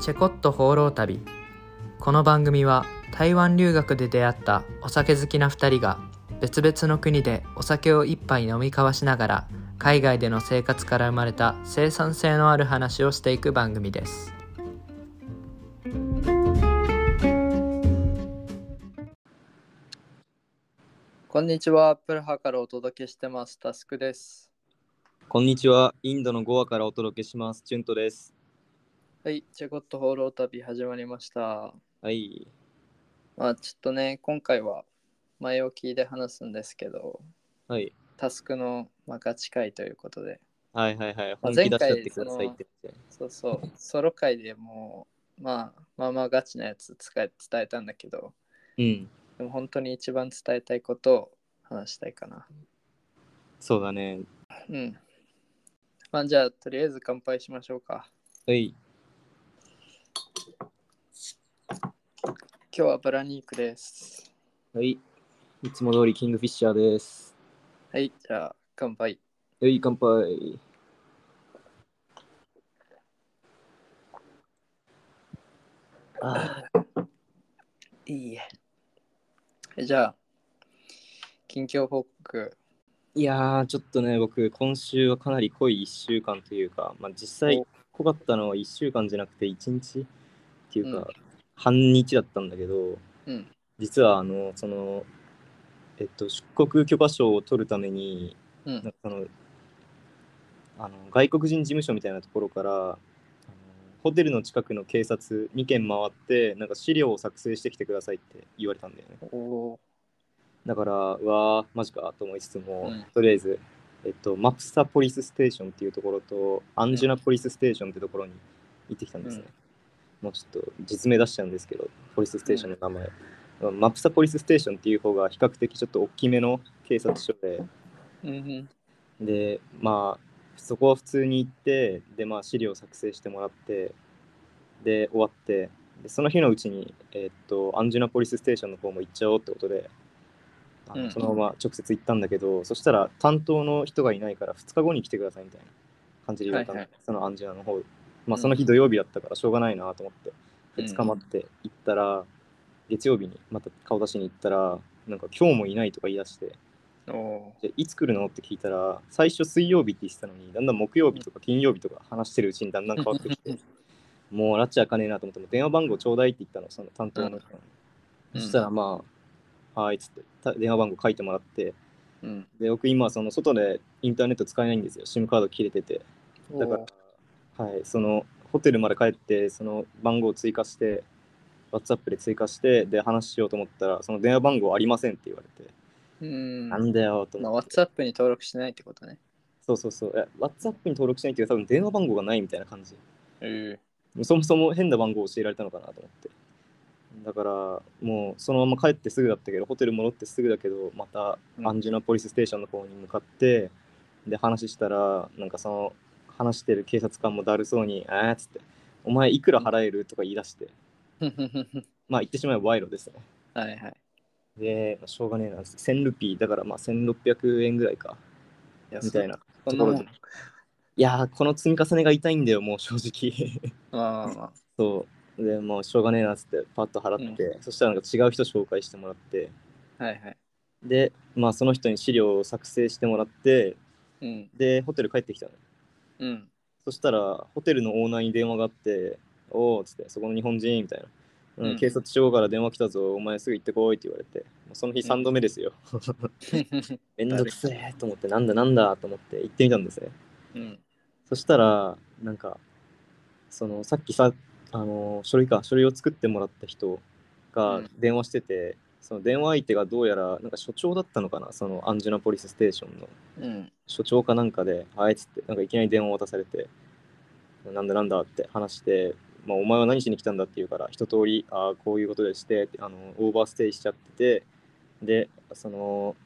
チェコット放浪旅この番組は台湾留学で出会ったお酒好きな2人が別々の国でお酒を一杯飲み交わしながら海外での生活から生まれた生産性のある話をしていく番組ですこんにちはプルハからお届けしてますタスクですこんにちは。インドのゴアからお届けします。チュントです。はいチェコット放浪旅始まりましたはい。まあちょっとね今回は前置きで話すんですけどはい。タスクの、まあ、ガチ会ということではいはいはい。まあ本気出しちゃってくださいって言って。そうそうソロ会でもう、まあ、まあまあガチなやつ使え伝えたんだけどうん。でも本当に一番伝えたいことを話したいかなそうだね。うんまあじゃあとりあえず乾杯しましょうかはい。今日はバラニークですはい。いつも通りキングフィッシャーです。はいじゃあ乾杯はい、乾杯。あいいえじゃあ近況報告いやー、ちょっとね、僕、今週はかなり濃い1週間というか、まあ、実際お、濃かったのは1週間じゃなくて1日っていうか、うん半日だったんだけど、うん実はあのその、えっと、出国許可証を取るためにうなんんかそのあの外国人事務所みたいなところからあのホテルの近くの警察2軒回ってなんか資料を作成してきてくださいって言われたんだよねおおだからうわーマジかと思いつつも、うんとりあえず、えっと、マプサポリスステーションっていうところとアンジュナポリスステーションってところに行ってきたんですね、もうちょっと実名出しちゃうんですけどポリスステーションの名前、マプサポリスステーションっていう方が比較的ちょっと大きめの警察署で、ーうんうんでまあそこは普通に行ってでまあ資料を作成してもらってで終わってでその日のうちに、えーっとアンジュナポリスステーションの方も行っちゃおうってことであのうんそのまま直接行ったんだけど、そしたら担当の人がいないから2日後に来てくださいみたいな感じで言われたの、はいはそのアンジュナの方、うまんあ、その日土曜日だったからしょうがないなと思ってうでん捕まって行ったら、月曜日にまた顔出しに行ったらなんか今日もいないとか言い出しておおでいつ来るのって聞いたら最初水曜日って言ってたのにだんだん木曜日とか金曜日とか話してるうちにだんだん変わってきてもう拉致開かねえなと思ってもう電話番号ちょうだいって言ったのその担当の人に、うんそしたらまあ、はいっつってた電話番号書いてもらってうんで僕今その外でインターネット使えないんですよ SIM カード切れててだかおーら、はい、そのホテルまで帰ってその番号を追加して WhatsApp で追加してで話しようと思ったらその電話番号ありませんって言われて、うんなんだよとま思あ、って。 WhatsApp に登録してないってことね。そうそうそう。え WhatsApp に登録しないっていうか多分電話番号がないみたいな感じ。えそもそも変な番号を教えられたのかなと思って。だからもうそのまま帰ってすぐだったけどホテル戻ってすぐだけどまたうんアンジュナポリスステーションの方に向かって、で話したらなんかその話してる警察官もだるそうに「あーっつって「お前いくら払える?」とか言い出してえまあ言ってしまえば賄賂ですね。 はいはい。でしょうがねえな1000ルピーだからまあ1600円ぐらいかいやみたいな。そそんとなもころんで。いやーこの積み重ねが痛いんだよもう正直。 まあまあまあ。そう。で、もうしょうがねえなっつって、パッと払って、そしたらなんか違う人紹介してもらって、はいはい。で、まあその人に資料を作成してもらって、うん。で、ホテル帰ってきたの。うん。 そしたら、ホテルのオーナーに電話があって、おおっつって、そこの日本人みたいな。うんうん警察署から電話来たぞ、お前すぐ行ってこいって言われて、もうその日うん3度目ですよ。めんどくせえと思って、なんだなんだと思って行ってみたんですね。うん。そしたら、なんか、そのさっきさ、あの書類か、書類を作ってもらった人うがん電話してて、その電話相手がどうやら、なんか所長だったのかな、そのアンジュナポリスステーションのうん。 所長かなんかで、あいつって、なんかいきなり電話を渡されて、なんだなんだって話して、まあ、お前は何しに来たんだって言うから、一通り、ああ、こういうことでして、あのオーバーステイしちゃってて、で、その、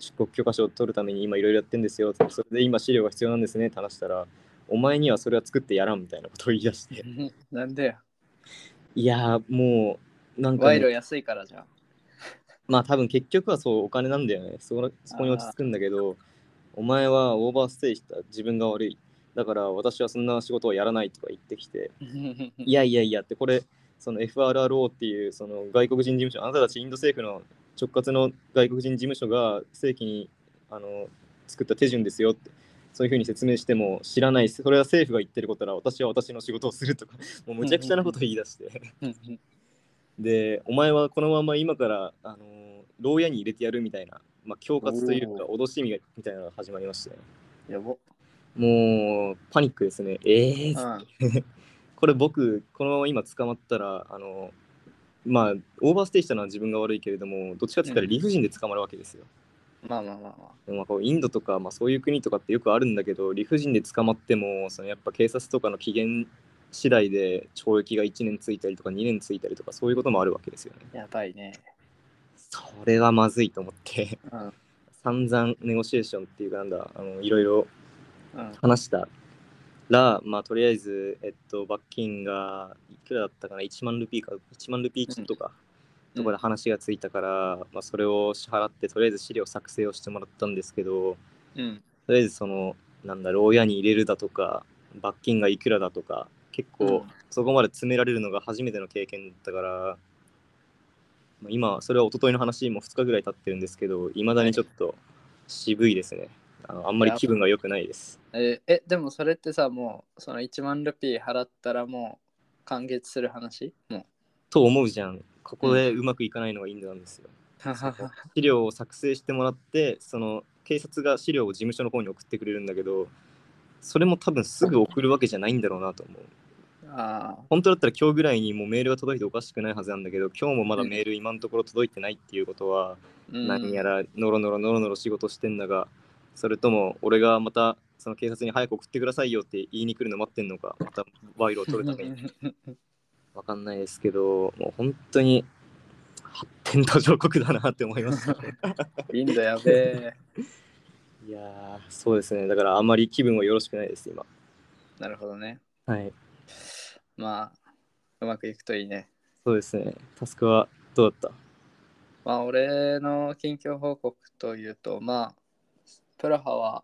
出国許可証を取るために今いろいろやってんですよって、それで今資料が必要なんですねって話したら、お前にはそれは作ってやらんみたいなことを言い出して、なんでよ。いやー、もう、なんかね、賄賂安いからじゃん。まあ多分結局はそうお金なんだよね。そこそこに落ち着くんだけど、お前はオーバーステイした自分が悪い。だから私はそんな仕事はやらないとか言ってきて、い いや、やいやいやって、これ、その FRRO っていうその外国人事務所、あなたたちインド政府の直轄の外国人事務所が正規にあの作った手順ですよって、そういうふうに説明しても知らない、それは政府が言ってることなら私は私の仕事をするとか、もうむちゃくちゃなことを言い出して。で、お前はこのまま今から、あの牢屋に入れてやるみたいな、まあ、恐喝というか、脅しみたいなのが始まりまして、やば。もうパニックですね。ええー、うんこれ僕、このまま今捕まったら、あの、まあ、オーバーステイしたのは自分が悪いけれども、どっちかって言ったら理不尽で捕まるわけですよ。まあまあまあまでもまあこうインドとか、まあ、そういう国とかってよくあるんだけど、理不尽で捕まっても、そのやっぱ警察とかの期限次第で懲役が1年ついたりとか2年ついたりとか、そういうこともあるわけですよね。あ。やばいね。それはまずいと思って、うん。散々ネゴシエーションっていうか、なんだ、あのいろいろうん。話したら、まあ、とりあえず、えっと、罰金がいくらだったかな、1万ルピーか、1万ルピーちょっとか、うんとかで話がついたから、まあ、それを支払って、とりあえず資料作成をしてもらったんですけど、うん。とりあえず、その、なんだ、牢屋に入れるだとか、罰金がいくらだとか、結構、そこまで詰められるのが初めての経験だったから、まあ今、それは一昨日の話、も2日ぐらい経ってるんですけど、いまだにちょっと渋いですね。あのあんまり気分が良くないです。えーえ、でもそれってさ、もう、その1万ルピー払ったらもう、完結する話もう。と思うじゃん。ここでうまくいかないのがインドなんですよ。ははは資料を作成してもらって、その警察が資料を事務所の方に送ってくれるんだけど、それも多分すぐ送るわけじゃないんだろうなと思う。あ本当だったら今日ぐらいにもうメールが届いておかしくないはずなんだけど、今日もまだメール今のところ届いてないっていうことは、あ。うん何やらノロノロノロノロ仕事してんだが、それとも俺がまたその警察に早く送ってくださいよって言いに来るの待ってんのか、また賄賂を取るために。わかんないですけど、もう本当に発展途上国だなって思います、ね。インドやべえ。 いやー、そうですね。だからあんまり気分はよろしくないです、今。なるほどね。はい。まあ、うまくいくといいね。そうですね。タスクはどうだっまあ、俺の近況報告というと、まあ、プラハは、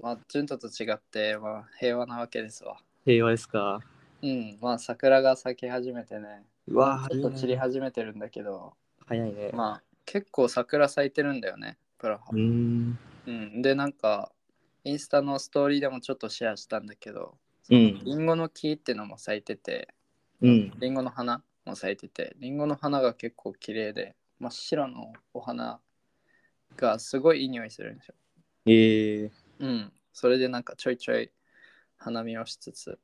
まあ、順都と違って、まあ、平和なわけですわ。た平和ですかうん、まあ、桜が咲き始めてね、うわちょっと散りー、始めてるんだけど、早いね。まあ、結構桜咲いてるんだよね、プラハうー。ん。うん、で、なんか、インスタのストーリーでもちょっとシェアしたんだけど、うんリンゴの木ってのも咲いてて、うん。リンゴの花も咲いてて、リンゴの花が結構綺麗で、真っ白のお花がすごいいい匂いするんですよ。えー、うん。それでなんかちょいちょい花見をしつつ、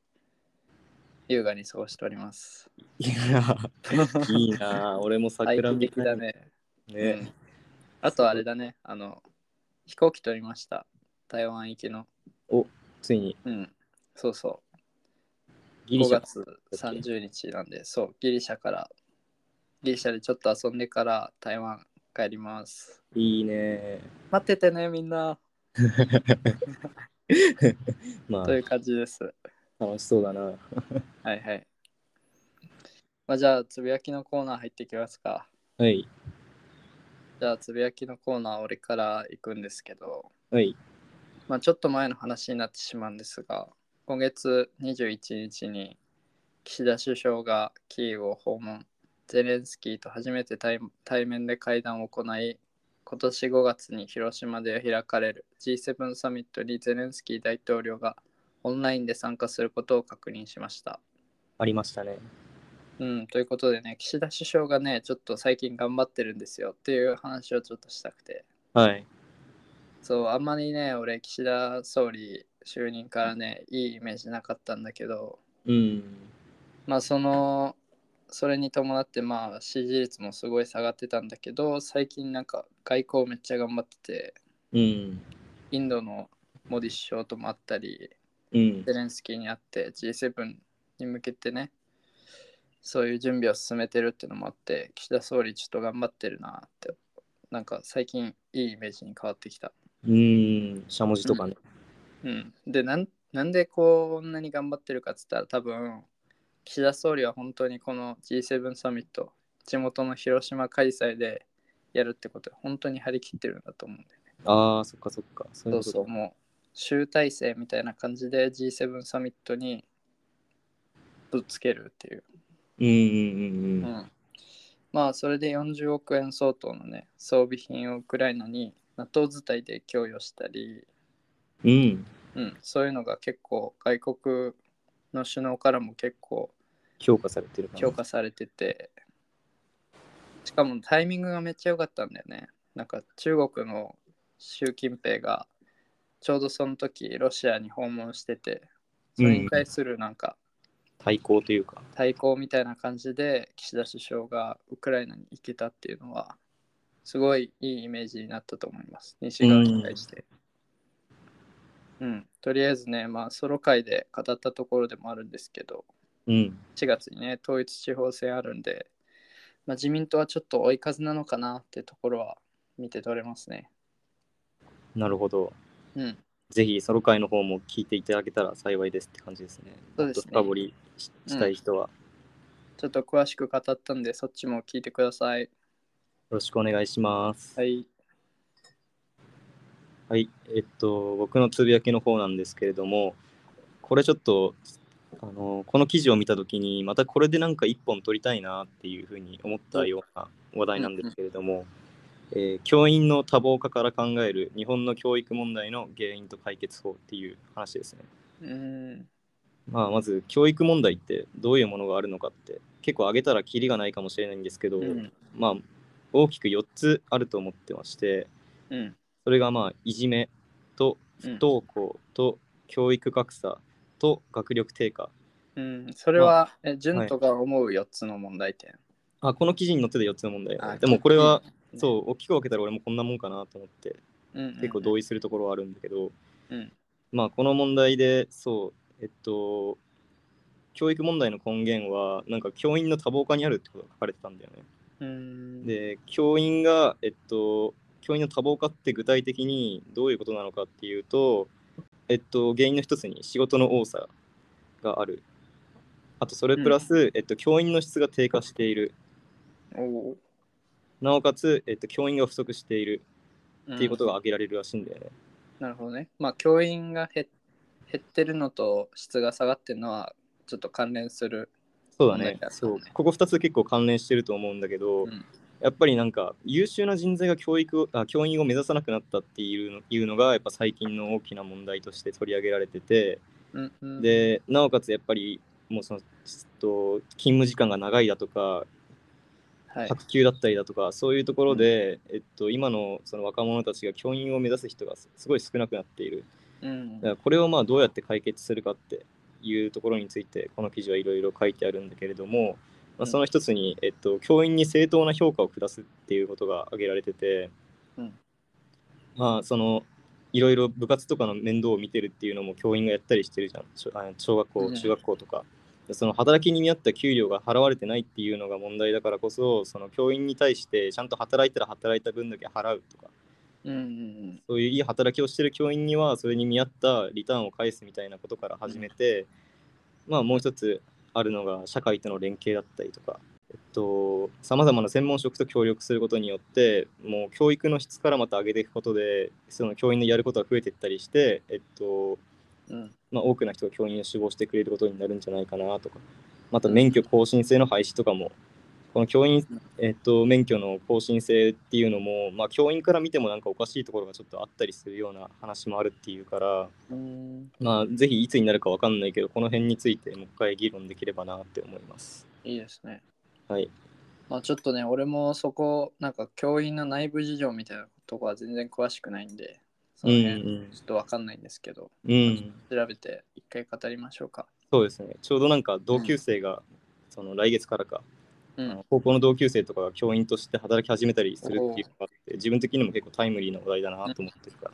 優雅に過ごしており ます。いやー、いいなー。俺も桜愛見的たいだね。ねうんあとあれだね、あの、飛行機取りました。台湾行きの。ついにうん。そうそギう。リ5シャ。月30日なんで、そう、ギリシャから、ギリシャでちょっと遊んでから台湾帰ります。いいね待っててねみんなー。まという感じですはあ、楽しそうだいな。はい、まあ、じゃあつぶやきのコーナー入ってきますかはい。じゃあつぶやきのコーナー俺から行くんですけど、はい。まあ、ちょっと前の話になってしまうんですが今月21日に岸田首相がキーウを訪問ゼレンスキーと初めて対対面で会談を行い今年5月に広島で開かれる G7 サミットにゼレンスキー大統領がオンラインで参加することを確認しました。ありましたね。うん、ということでね、岸田首相がね、ちょっと最近頑張ってるんですよっていう話をちょっとしたくて、はい。そう、あんまりね、俺、岸田総理就任からね、いいイメージなかったんだけど、うん。まあ、その、それに伴って、まあ、支持率もすごい下がってたんだけど、最近なんか外交めっちゃ頑張ってて、うん。インドのモディ首相とも会ったり、うんゼ。レンスキーに会って G7 に向けてね、そういう準備を進めてるっていうのもあって、岸田総理ちょっと頑張ってるなって、なんか最近いいイメージに変わってきた。うん。しゃもじとかね。うん、でなん、なんでこんなに頑張ってるかっつったら、多分岸田総理は本当にこの G7 サミット、地元の広島開催でやるってことで、本当に張り切ってるんだと思うんだよね。ああ、そっかそっか。そそうことそう、もう集大成みたいな感じで G7 サミットにぶつけるっていう、うんうんううんん、まあそれで40億円相当のね装備品をウクライナに NATO 自体で供与したり、うん。うん。うん、そういうのが結構外国の首脳からも結構評価されてるかな評価されててしかもタイミングがめっちゃ良かったんだよねなんか中国の習近平がちょうどその時ロシアに訪問しててそれに対するなんか対抗というか。対抗みたいな感じで岸田首相がウクライナに行けたっていうのはすごいいいイメージになったと思います西側に対してうん、とりあえずねまあソロ会で語ったところでもあるんですけどうん。 4月にね統一地方選あるんで、まあ、自民党はちょっと追い風なのかなってところは見て取れますね。なるほど。うん、ぜひソロ会の方も聞いていただけたら幸いですって感じですね。そうですねちょっと深掘りししたい人はよちょっと詳しく語ったんでそっちも聞いてください。ろしくお願いします。はい。はい、えっと、僕のつぶやきの方なんですけれども、これちょっと、あのこの記事を見たときに、またこれでなんか一本取りたいなっていうふうに思ったような話題なんですけれども、えー教員の多忙化から考える日本の教育問題の原因と解決法っていう話ですね。うん。まあ、まず、教育問題ってどういうものがあるのかって、結構挙げたらキリがないかもしれないんですけど、うん。まあ、大きく4つあると思ってまして、うん。それがまあいじめと不登校と教育格差と学力低下。うん、それは、え、純とが思う4つの問題点。あこの記事に載ってた4つの問題、あね、でもこれは、ねそう大きく分けたら俺もこんなもんかなと思ってうんうんうん、結構同意するところはあるんだけど、うんまあこの問題でそうえっと教育問題の根源はなんか教員の多忙化にあるってことが書かれてたんだよね。うん。で教員がえっと教員の多忙化って具体的にどういうことなのかっていうとえっと原因の一つに仕事の多さがあるあとそれプラス、えっと教員の質が低下しているおなおかつ、えっと、教員が不足しているーっていうことがん挙げられるらしいんだよね、なるほどね。まあ、教員が減減ってるのと質が下がってるのは、ちょっと関連する。そうだね問題だったそねうここ2つ結構関連してると思うんだけど、うんやっぱりなんか優秀な人材が教育をあ教員を目指さなくなったっていうのいうのがやっぱ最近の大きな問題として取り上げられてて、うんうん、でなおかつやっぱりもうそのちょっと勤務時間が長いだとかはい、白給だったりだとかそういうところで、えっと、今のその若者たちが教員を目指す人がすすごい少なくなっているうんだか。らこれをまあどうやって解決するかっていうところについてこの記事はいろいろ書いてあるんだけれども、まうあ、んその一つに、えっと、教員に正当な評価を下すっていうことが挙げられてて、うんまあそのいろいろ部活とかの面倒を見てるっていうのも教員がやったりしてるじゃん小あ小学う校ん中学校とか。でその働きに見合った給料が払われてないっていうのが問題だからこそその教員に対してちゃんと働いたら働いた分だけ払うとかうんうんそういういい働きをしてる教員にはそれに見合ったリターンを返すみたいなことから始めて、まあもう一つあるのが社会との連携だったりとかさまざまな専門職と協力することによってもう教育の質からまた上げていくことでその教員のやることが増えていったりして、えっとうん。まあ、多くの人が教員を志望してくれることになるんじゃないかなとかまた免許更新制の廃止とかもこの教員うん、えっと、免許の更新制っていうのも、まあ、教員から見てもなんかおかしいところがちょっとあったりするような話もあるっていうから、うん。まあ、ぜひいつになるかわかんないけどこの辺についてもう一回議論できればなって思います。いいですね。はい、まあ、ちょっとね、俺もそこ、なんか教員の内部事情みたいなとこは全然詳しくないんで、そのうんう辺ん、ちょっとわかんないんですけど、うん、調べて一回語りましょうか。そうですねちょうどなんか同級生が、その来月からかうあんの。高校の同級生とかが教員として働き始めたりするっていうのがあって自分的にも結構タイムリーな話題だなと思ってるから、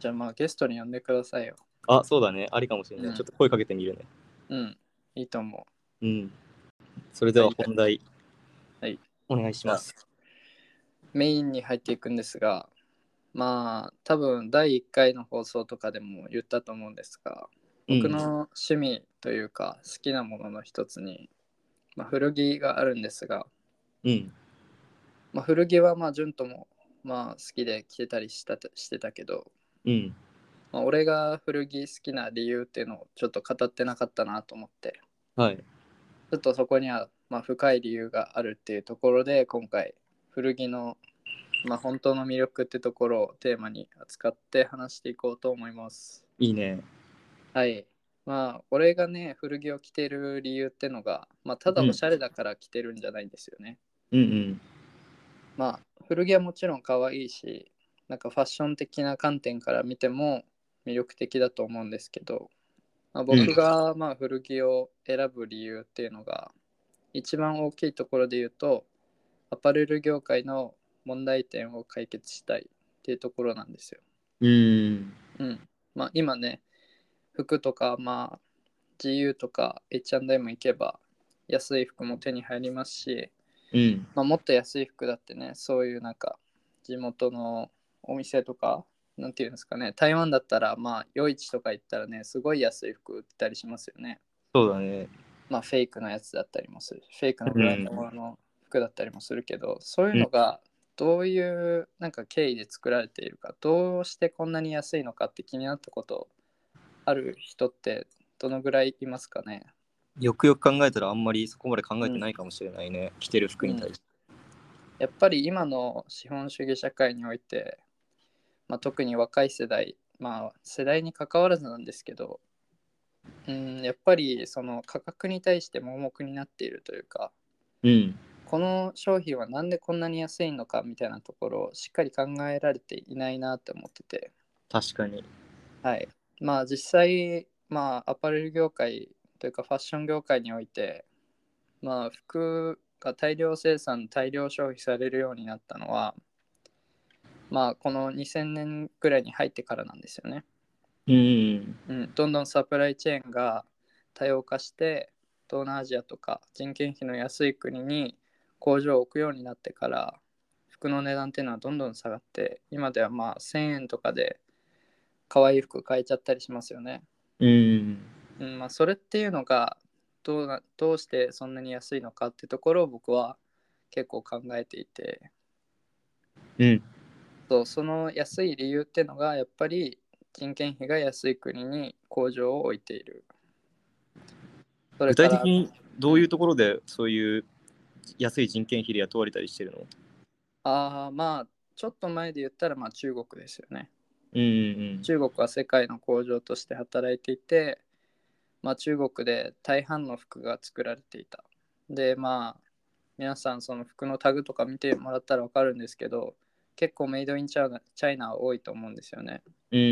じゃあまあゲストに呼んでくださいよ。あそうだねありかもしれない、うんちょっと声かけてみるねうん。いいと思うんそれでは本題はいお願いしますう。メインに入っていくんですが、まあ多分第1回の放送とかでも言ったと思うんですが、僕うんの趣味というか好きなものの一つに、まあ、古着があるんですが、うんまあ、古着はまあ純ともまあ好きで着てたりしたしてたけど、うんまあ、俺が古着好きな理由っていうのをちょっと語ってなかったなと思ってはい。ちょっとそこには、まあ、深い理由があるっていうところで今回古着の、まあ、本当の魅力ってところをテーマに扱って話していこうと思います。いいね。はい。まあ俺がね古着を着てる理由ってのが、まあ、ただおしゃれだから着てるんじゃないんですよね。うんまあ古着はもちろん可愛いしなんかファッション的な観点から見ても魅力的だと思うんですけど、まあ、僕がまあ古着を選ぶ理由っていうのが一番大きいところで言うとアパレル業界の問題点を解決したいっていうところなんですよ。うん。ううん。ん、まあ今ね服とかまあ GU とか H&M 行けば安い服も手に入りますし、うん。まあ、もっと安い服だってねそういうなんか地元のお店とかなんていうんですかね台湾だったらまあ夜市とか行ったらねすごい安い服売ってたりしますよねそうだね。まあフェイクのやつだったりもするフェイクのブランドものの服だったりもするけど、そういうのがどういうなんか経緯で作られているかどうしてこんなに安いのかって気になったことある人ってどのぐらいいますかねよくよく考えたらあんまりそこまで考えてないかもしれないね。着てる服に対して。やっぱり今の資本主義社会において、まあ、特に若い世代、まあ、世代に関わらずなんですけどうんやっぱりその価格に対して盲目になっているというかうん。この商品はなんでこんなに安いのかみたいなところをしっかり考えられていないなって思ってて、確かに。はい、まあ実際、まあ、アパレル業界というかファッション業界において、まあ、服が大量生産大量消費されるようになったのは、まあ、この2000年ぐらいに入ってからなんですよね。うん。うん、どんどんサプライチェーンが多様化して東南アジアとか人件費の安い国に工場を置くようになってから服の値段っていうのはどんどん下がって今ではまあ1000円とかで可愛い服買えちゃったりしますよね、うん。うんまあ、それっていうのがどうなどうしてそんなに安いのかってところを僕は結構考えていてうん。そうその安い理由ってのがやっぱり人件費が安い国に工場を置いている。それ具か体ら的にどういうところでそういう安い人件費で雇われたりしてるのあーまあちょっと前で言ったらまあ中国ですよね。うんうん中国は世界の工場として働いていて、まあ、中国で大半の服が作られていた。でまあ皆さんその服のタグとか見てもらったら分かるんですけど結構メイドインチャイナチャイナは多いと思うんですよね。うんう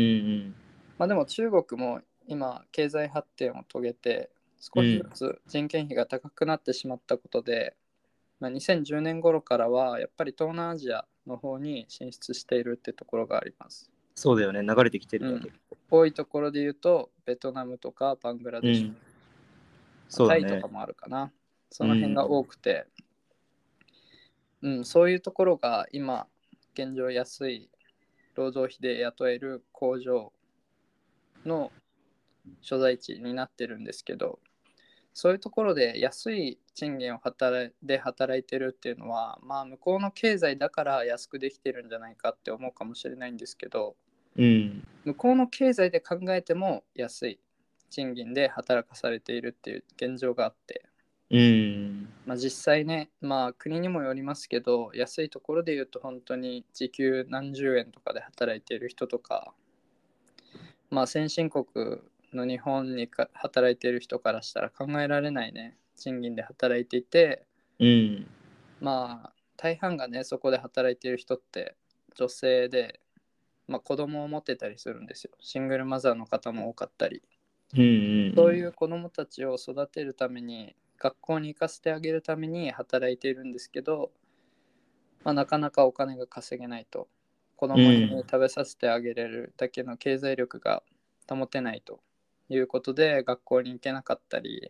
んまあでも中国も今経済発展を遂げて少しずつ人件費が高くなってしまったことで、まあ、2010年頃からはやっぱり東南アジアの方に進出しているってところがあります。そうだよね流れてきてるよね、う多いところで言うとベトナムとかバングラデシュ、うんそうだタイねとかもあるかなその辺が多くて、うんそういうところが今現状安い労働費で雇える工場の所在地になってるんですけどそういうところで安い賃金を働いで働いてるっていうのはまあ向こうの経済だから安くできてるんじゃないかって思うかもしれないんですけど、うん向こうの経済で考えても安い賃金で働かされているっていう現状があって、うんまあ、実際ね、まあ、国にもよりますけど安いところで言うと本当に時給何十円とかで働いている人とか、まあ、先進国の日本にか働いている人からしたら考えられないね賃金で働いていてうんまあ大半がねそこで働いている人って女性で、まあ、子供を持ってたりするんですよシングルマザーの方も多かったりうんそういう子供たちを育てるために学校に行かせてあげるために働いているんですけど、まあ、なかなかお金が稼げないと子供にうん食べさせてあげれるだけの経済力が保てないということで学校に行けなかったり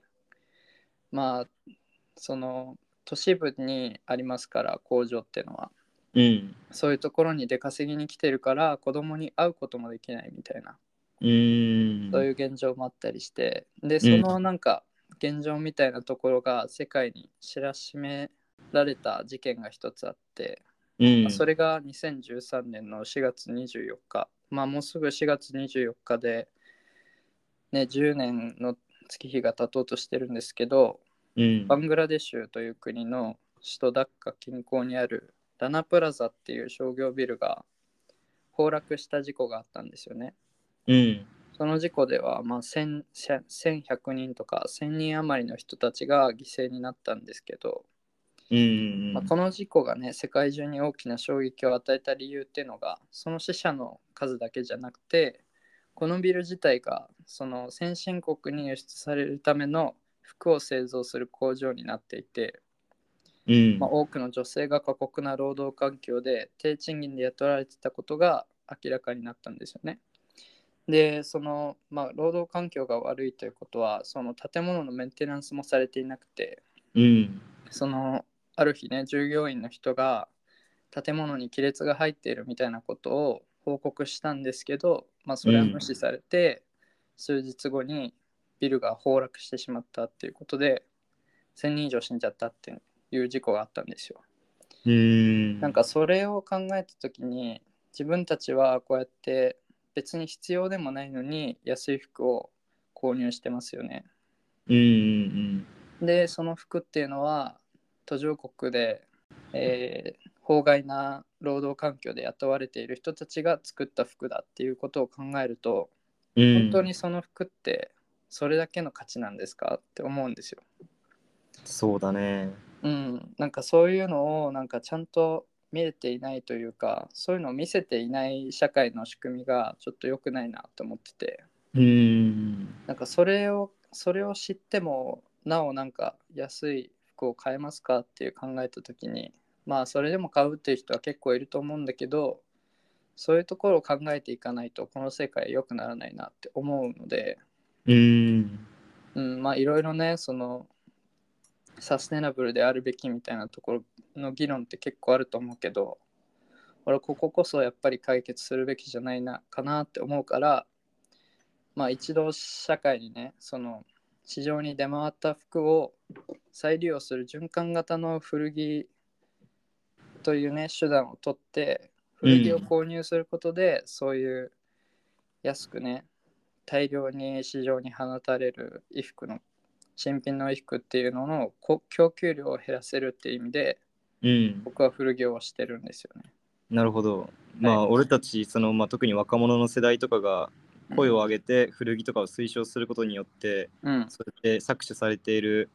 まあその都市部にありますから工場っていうのはうんそういうところに出稼ぎに来てるから子供に会うこともできないみたいなうんそういう現状もあったりして、で、そのなんか現状みたいなところが世界に知らしめられた事件が一つあって、うんまあそれが2013年の4月24日まあ、もうすぐ4月24日で、ね、10年の月日が経とうとしてるんですけど、うんバングラデシュという国の首都ダッカ近郊にあるラナプラザっていう商業ビルが崩落した事故があったんですよね。うんその事故では、まあ、1000 1100人とか1000人余りの人たちが犠牲になったんですけど、うんうんまあ、この事故がね世界中に大きな衝撃を与えた理由っていうのがその死者の数だけじゃなくてこのビル自体がその先進国に輸出されるための服を製造する工場になっていて、うんまあ、多くの女性が過酷な労働環境で低賃金で雇われてたことが明らかになったんですよね。でその、まあ、労働環境が悪いということはその建物のメンテナンスもされていなくてうんそのある日ね従業員の人が建物に亀裂が入っているみたいなことを報告したんですけど、まあ、それは無視されて、数日後にビルが崩落してしまったっていうことで1,000人以上死んじゃったっていう事故があったんですよ。うんなんかそれを考えた時に自分たちはこうやって別に必要でもないのに安い服を購入してますよね。うんうんでその服っていうのは途上国で、えー法外な労働環境で雇われている人たちが作った服だっていうことを考えるとうん本当にその服ってそれだけの価値なんですかって思うんですよ。そうだねうん、なんかそういうのをなんかちゃんと見れていないというかそういうのを見せていない社会の仕組みがちょっと良くないなと思っててうんなんかそれをそれを知ってもなおなんか安い服を買えますかっていう考えた時にまあそれでも買うっていう人は結構いると思うんだけどそういうところを考えていかないとこの世界良くならないなって思うので。うんうん、まあいろいろねそのサステナブルであるべきみたいなところの議論って結構あると思うけど俺こここそやっぱり解決するべきじゃないなかなって思うからまあ一度社会にねその市場に出回った服を再利用する循環型の古着というね手段を取って古着を購入することで、そういう安くね大量に市場に放たれる衣服の新品の衣服っていうののこ供給量を減らせるっていう意味でうん僕は古着をしてるんですよね。なるほどまあ俺たちそのまあ特に若者の世代とかが声を上げて古着とかを推奨することによってうん、それで搾取されている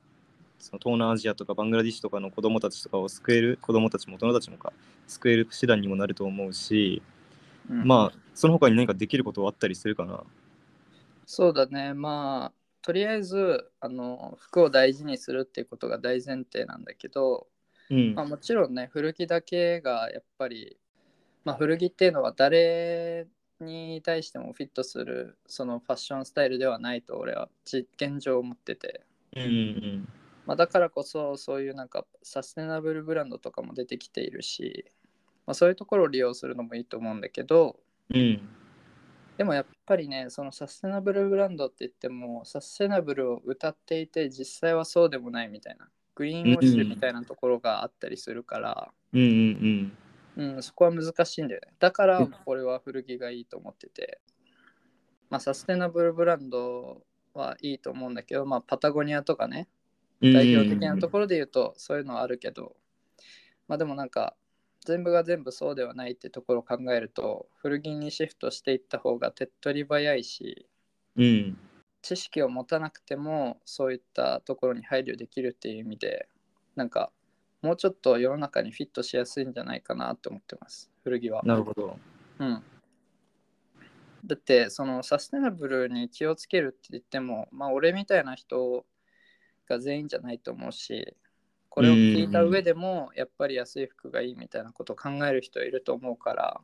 その東南アジアとかバングラディッシュとかの子供たちとかを救える子供たちも大人たちもか救える手段にもなると思うし、うん、あまあその他に何かできることはあったりするかなそうだねまあとりあえずあの服を大事にするっていうことが大前提なんだけど、うんまあ、もちろんね古着だけがやっぱり、まあ、古着っていうのは誰に対してもフィットするそのファッションスタイルではないと俺は実現上思ってて。うんうんまあ、だからこそそういうなんかサステナブルブランドとかも出てきているし、まあ、そういうところを利用するのもいいと思うんだけどうんでもやっぱりねそのサステナブルブランドって言ってもサステナブルを歌っていて実際はそうでもないみたいなグリーンウォッシュみたいなところがあったりするから、うんうんうん、そこは難しいんだよねだからこれは古着がいいと思ってて、まあ、サステナブルブランドはいいと思うんだけど、まあ、パタゴニアとかねうん代表的なところで言うとそういうのはあるけど、まあでもなんか全部が全部そうではないってところを考えると古着にシフトしていった方が手っ取り早いしうん知識を持たなくてもそういったところに配慮できるっていう意味でなんかもうちょっと世の中にフィットしやすいんじゃないかなと思ってます古着は。なるほどうん、だってそのサステナブルに気をつけるって言ってもまあ俺みたいな人が全員じゃないと思うしこれを聞いた上でもやっぱり安い服がいいみたいなことを考える人いると思うから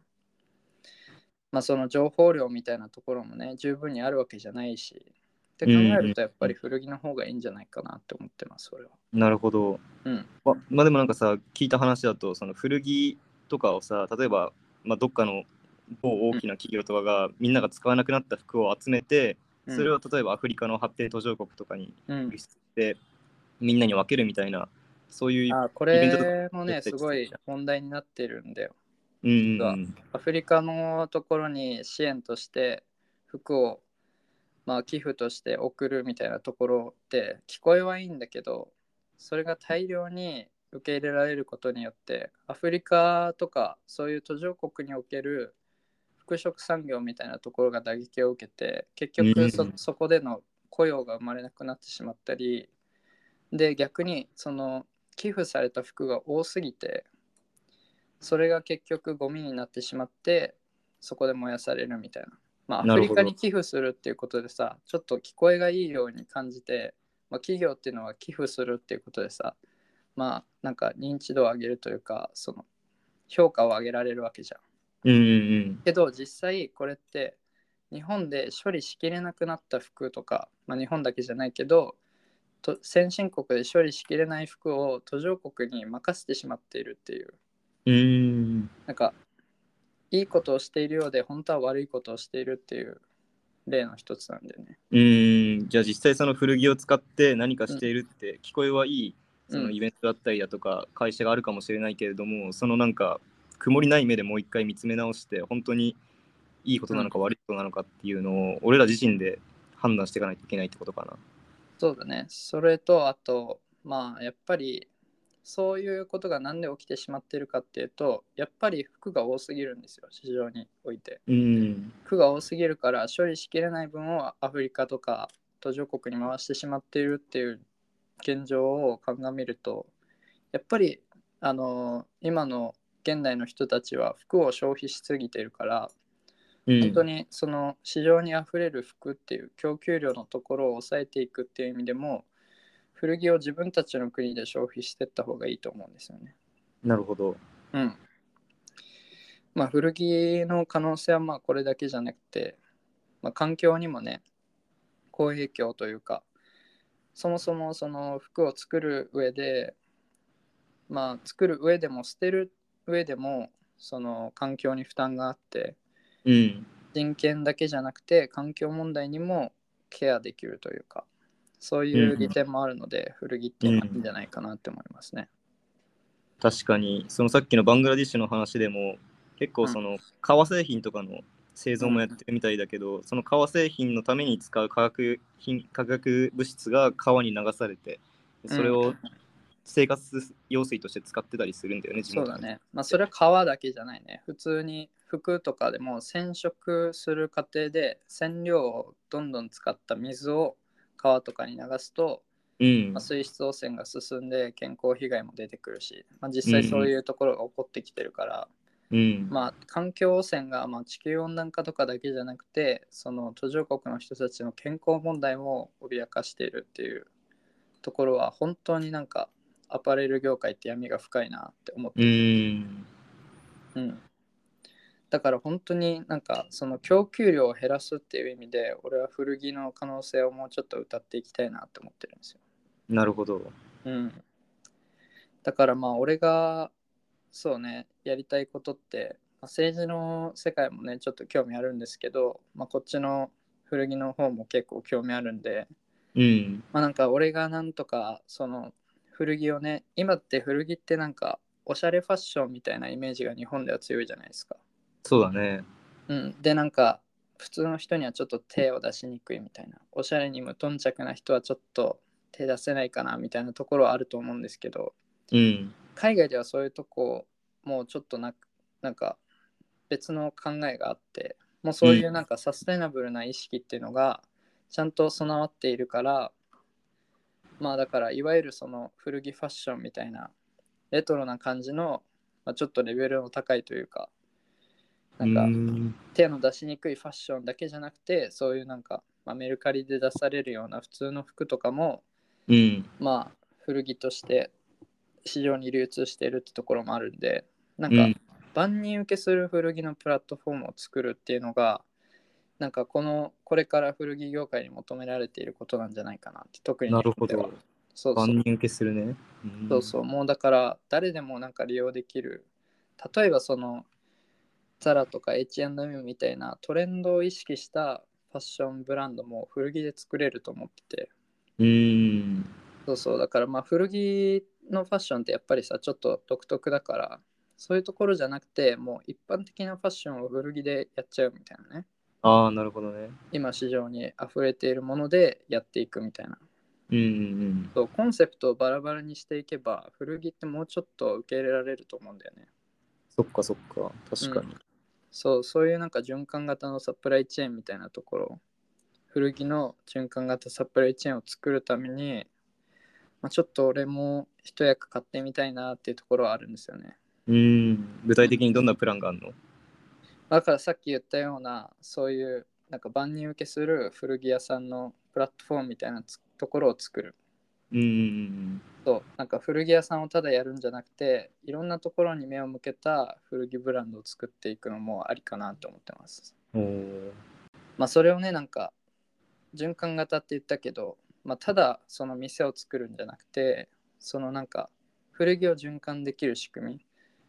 まあその情報量みたいなところもね十分にあるわけじゃないしって考えるとやっぱり古着の方がいいんじゃないかなって思ってます俺は。なるほど、うんままあでもなんかさ聞いた話だとその古着とかをさ例えば、まあ、どっかの某大きな企業とかが、みんなが使わなくなった服を集めてうんそれを例えばアフリカの発展途上国とかにうん輸出して、みんなに分けるみたいなそういうあこイベントとれもやねったすりごするいじ問題になってるんだよ。うんううんんアフリカのところに支援として服を、まあ、寄付として送るみたいなところで聞こえはいいんだけどそれが大量に受け入れられることによってアフリカとかそういう途上国における服飾産業みたいなところが打撃を受けて結局そ,、うんそこでの雇用が生まれなくなってしまったりで逆にその寄付された服が多すぎてそれが結局ゴミになってしまってそこで燃やされるみたいな。まあ、アなフるリほカどに寄付するっていうことでさちょっと聞こえがいいように感じて、まあ、企業っていうのは寄付するっていうことでさまあなんか認知度を上げるというかその評価を上げられるわけじゃん。うんうんけど実際これって日本で処理しきれなくなった服とか、まあ、日本だけじゃないけどと先進国で処理しきれない服を途上国に任せてしまっているっていううんうんなんかいいことをしているようで本当は悪いことをしているっていう例の一つなんだよね。うんじゃあ実際その古着を使って何かしているって聞こえはいいそのうんイベントだったりだとか会社があるかもしれないけれどもそのなんか曇りない目でもう一回見つめ直して本当にいいことなのか悪いことなのかっていうのを俺ら自身で判断していかないといけないってことかな。そうだね。それと、あと、まあ、やっぱり、そういうことがなんで起きてしまっているかっていうと、やっぱり服が多すぎるんですよ、市場において。うん服が多すぎるから、処理しきれない分をアフリカとか途上国に回してしまっているっていう現状を鑑みると、やっぱり、あの今の現代の人たちは服を消費しすぎているから、うん本当にその市場にあふれる服っていう供給量のところを抑えていくっていう意味でも古着を自分たちの国で消費していった方がいいと思うんですよね。なるほど。うん。まあ古着の可能性はまあこれだけじゃなくて、まあ、環境にもね好影響というかそもそもその服を作る上でまあ作る上でも捨てる上でもその環境に負担があってうん人権だけじゃなくて環境問題にもケアできるというかそういう利点もあるので、古着っていうのはいいんじゃないかなって思いますね。確かにそのさっきのバングラディッシュの話でも結構その革製品とかの製造もやってるみたいだけど、その革製品のために使う化学品化学物質が革に流されてそれうをん生活用水として使ってたりするんだよね、地そう元だね。まあそれは革だけじゃないね。普通に服とかでも染色する過程で染料をどんどん使った水を川とかに流すと、うんまあ、水質汚染が進んで健康被害も出てくるし、まあ、実際そういうところが起こってきてるから、うんまあ、環境汚染が、まあ、地球温暖化とかだけじゃなくてその途上国の人たちの健康問題も脅かしているっていうところは本当になんかアパレル業界って闇が深いなって思っうて、んうんだから本当になんかその供給量を減らすっていう意味で俺は古着の可能性をもうちょっと歌っていきたいなって思ってるんですよ。なるほどうん、だからまあ俺がそうねやりたいことって、まあ、政治の世界もねちょっと興味あるんですけど、まあ、こっちの古着の方も結構興味あるんで、うんまあ、なんか俺がなんとかその古着をね今って古着ってなんかおしゃれファッションみたいなイメージが日本では強いじゃないですか。そうだねうん、でなんか普通の人にはちょっと手を出しにくいみたいなおしゃれに無頓着な人はちょっと手出せないかなみたいなところはあると思うんですけど、うん海外ではそういうとこもうちょっとなくなんか別の考えがあってもうそういうなんかサステナブルな意識っていうのがちゃんと備わっているから、まあだからいわゆるその古着ファッションみたいなレトロな感じの、まあ、ちょっとレベルの高いというかなんかうん手の出しにくいファッションだけじゃなくてそういうなんか、まあ、メルカリで出されるような普通の服とかもうんまあ、古着として市場に流通しているってところもあるんで、なうんんか万人受けする古着のプラットフォームを作るっていうのが、なんかこのこれから古着業界に求められていることなんじゃないかなって、特に日なる本ほでは、どそうそ万う人受けするねんそうそう、もうだから誰でもなんか利用できる。例えばその、ザラとか H&M みたいなトレンドを意識したファッションブランドも古着で作れると思ってて、うんそうそうだからまあ古着のファッションってやっぱりさちょっと独特だからそういうところじゃなくて、もう一般的なファッションを古着でやっちゃうみたいなね。ああ、なるほどね。今市場に溢れているものでやっていくみたいな。うんうんそうコンセプトをバラバラにしていけば、古着ってもうちょっと受け入れられると思うんだよね。そっかそっか。確かに。そう、そういうなんか循環型のサプライチェーンみたいなところ、古着の循環型サプライチェーンを作るために、まあ、ちょっと俺も一役買ってみたいなっていうところはあるんですよね。うん、具体的にどんなプランがあるのだからさっき言ったような、そういうなんか万人受けする古着屋さんのプラットフォームみたいなつところを作る。うんうんうんそう、なんか古着屋さんをただやるんじゃなくて、いろんなところに目を向けた古着ブランドを作っていくのもありかなと思ってます。うん。おーまあそれをねなんか循環型って言ったけど、まあ、ただその店を作るんじゃなくてそのなんか古着を循環できる仕組み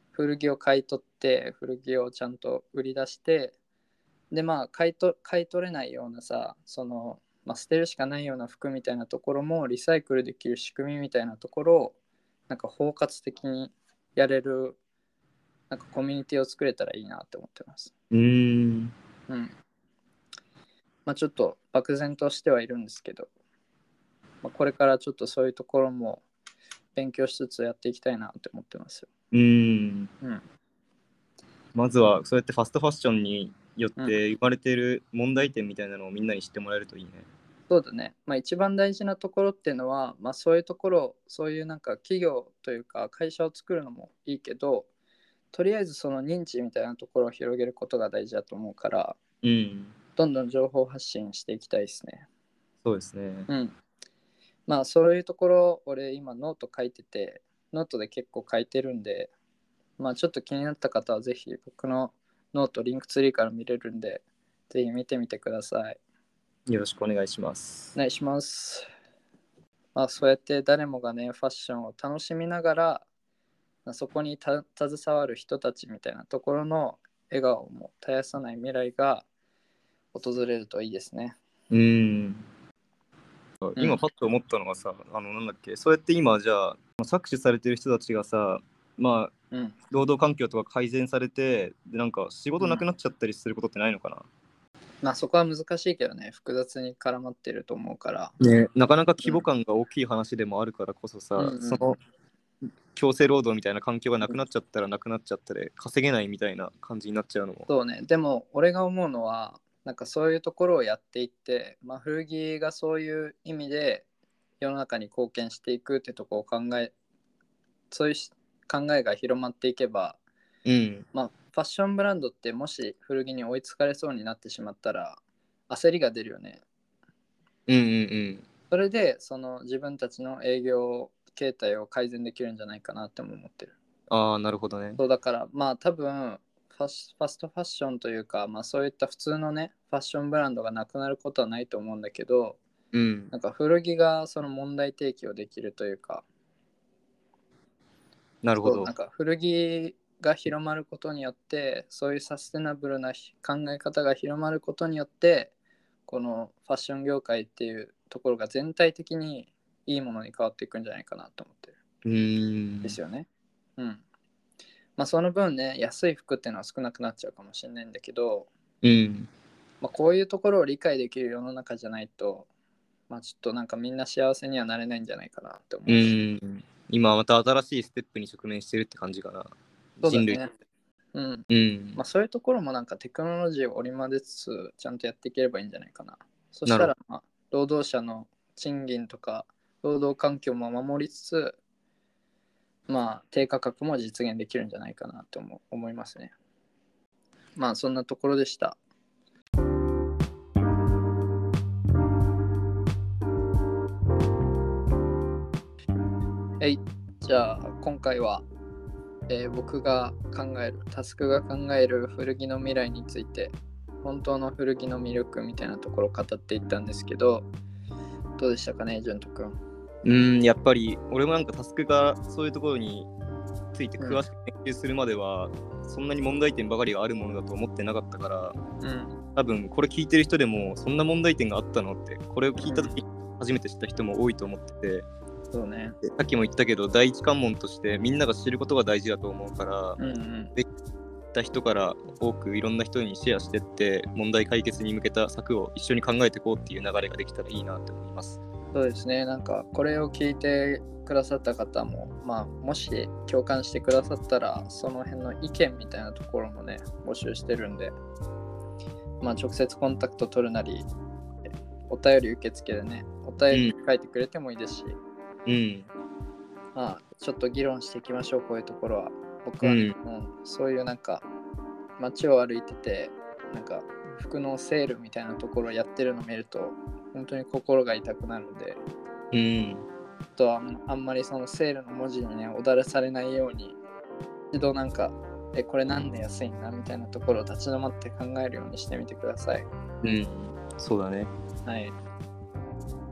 古着を買い取って古着をちゃんと売り出してでまあ買いと買い取れないようなさその、まあ、捨てるしかないような服みたいなところもリサイクルできる仕組みみたいなところをなんか包括的にやれるなんかコミュニティを作れたらいいなって思ってます。うーん。うん。まあちょっと漠然としてはいるんですけど、まあ、これからちょっとそういうところも勉強しつつやっていきたいなって思ってますよ。うーん。うん。まずはそうやってファストファッションによって生まれている問題点みたいなのをみんなに知ってもらえるといいね。そうだね。まあ一番大事なところっていうのは、まあそういうところ、そういうなんか企業というか会社を作るのもいいけど、とりあえずその認知みたいなところを広げることが大事だと思うから、うん。どんどん情報発信していきたいですね。そうですね。うん。まあそういうところ俺今ノート書いててノートで結構書いてるんでまあちょっと気になった方はぜひ僕のノートリンクツリーから見れるんでぜひ見てみてください。よろしくお願いしますお。願いします。まあそうやって誰もがねファッションを楽しみながらまあそこにた携わる人たちみたいなところの笑顔も絶やさない未来が訪れるといいですね。うん。う今んパッと思ったのがさ、あのなんだっけ、そうやって今じゃあ搾取されてる人たちがさ、まあうん。労働環境とか改善されて、でなんか仕事なくなっちゃったりすることってないのかな、まあそこは難しいけどね複雑に絡まってると思うから。ね、なかなか規模感が大きい話でもあるからこそさ、うんうんその強制労働みたいな環境がなくなっちゃったらなくなっちゃったで稼げないみたいな感じになっちゃうのも。そうねでも俺が思うのはなんかそういうところをやっていって、まあ、古着がそういう意味で世の中に貢献していくってとこを考えそういうし考えが広まっていけば、うん、まあ、ファッションブランドってもし古着に追いつかれそうになってしまったら焦りが出るよねうん、うん、それでその自分たちの営業形態を改善できるんじゃないかなっても思ってるああ、なるほどね。そうだからまあ多分ファシファストファッションというか、まあ、そういった普通のねファッションブランドがなくなることはないと思うんだけどうん、なんか古着がその問題提起をできるというかなるほそうどなん。か古着が広まることによってそういうサステナブルなひ考え方が広まることによってこのファッション業界っていうところが全体的にいいものに変わっていくんじゃないかなと思ってる。うーん。ですよね。うん。まあその分ね、安い服っていうのは少なくなっちゃうかもしれないんだけど、うん。まあ、こういうところを理解できる世の中じゃないと、まあちょっとなんかみんな幸せにはなれないんじゃないかなって思ううし。ん。今また新しいステップに直面してるって感じかな。そう人だ類ね。。うん。うんまあ。そういうところもなんかテクノロジーを織り交ぜつつ、ちゃんとやっていければいいんじゃないかな。そしたなるら、まあ、労働者の賃金とか、労働環境も守りつつ、まあ、低価格も実現できるんじゃないかなと思思いますね。まあ、そんなところでした。はい、じゃあ今回は、えー僕が考える、タスクが考える古着の未来について、本当の古着の魅力みたいなところを語っていったんですけど、どうでしたかね、淳斗くん。うん、やっぱり俺もなんかタスクがそういうところについて詳しく研究するまでは、そんなに問題点ばかりがあるものだと思ってなかったからうん、多分これ聞いてる人でもそんな問題点があったのってこれを聞いた時初めて知った人も多いと思っててそうね。でさっきも言ったけど第一関門としてみんなが知ることが大事だと思うからうんうん。知った人から多くいろんな人にシェアしてって問題解決に向けた策を一緒に考えていこうっていう流れができたらいいなと思います。そうですね。なんか、これを聞いてくださった方も、まあ、もし共感してくださったら、その辺の意見みたいなところもね、募集してるんで、まあ、直接コンタクト取るなり、お便り受付でね、お便り書いてくれてもいいですし、うん、まあ、ちょっと議論していきましょう、こういうところは。僕は、ねうんそういうなんか、街を歩いてて、なんか、服のセールみたいなところをやってるのを見ると、本当に心が痛くなるんで、うん、ちょっとあんあんまりそのセールの文字にね、おだれされないように、一度なんか、え、これなんで安いんだみたいなところを立ち止まって考えるようにしてみてください。うん、そうだね。はい。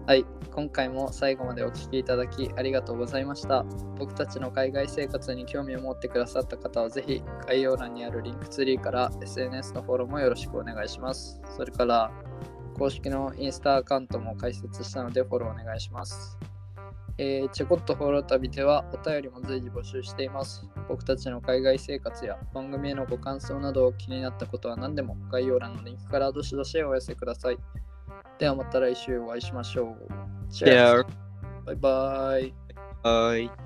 はい、今回も最後までお聞きいただきありがとうございました。僕たちの海外生活に興味を持ってくださった方はぜひ概要欄にあるリンクツリーから SNS のフォローもよろしくお願いします。それから公式のインスタアカウントも開設したのでフォローお願いします。えー、チェコットフォロー旅ではお便りも随時募集しています。僕たちの海外生活や番組へのご感想など気になったことは何でも概要欄のリンクからどしどしお寄せください。ではまた来週お会いしましょう。チェアはバイバイ。ーい。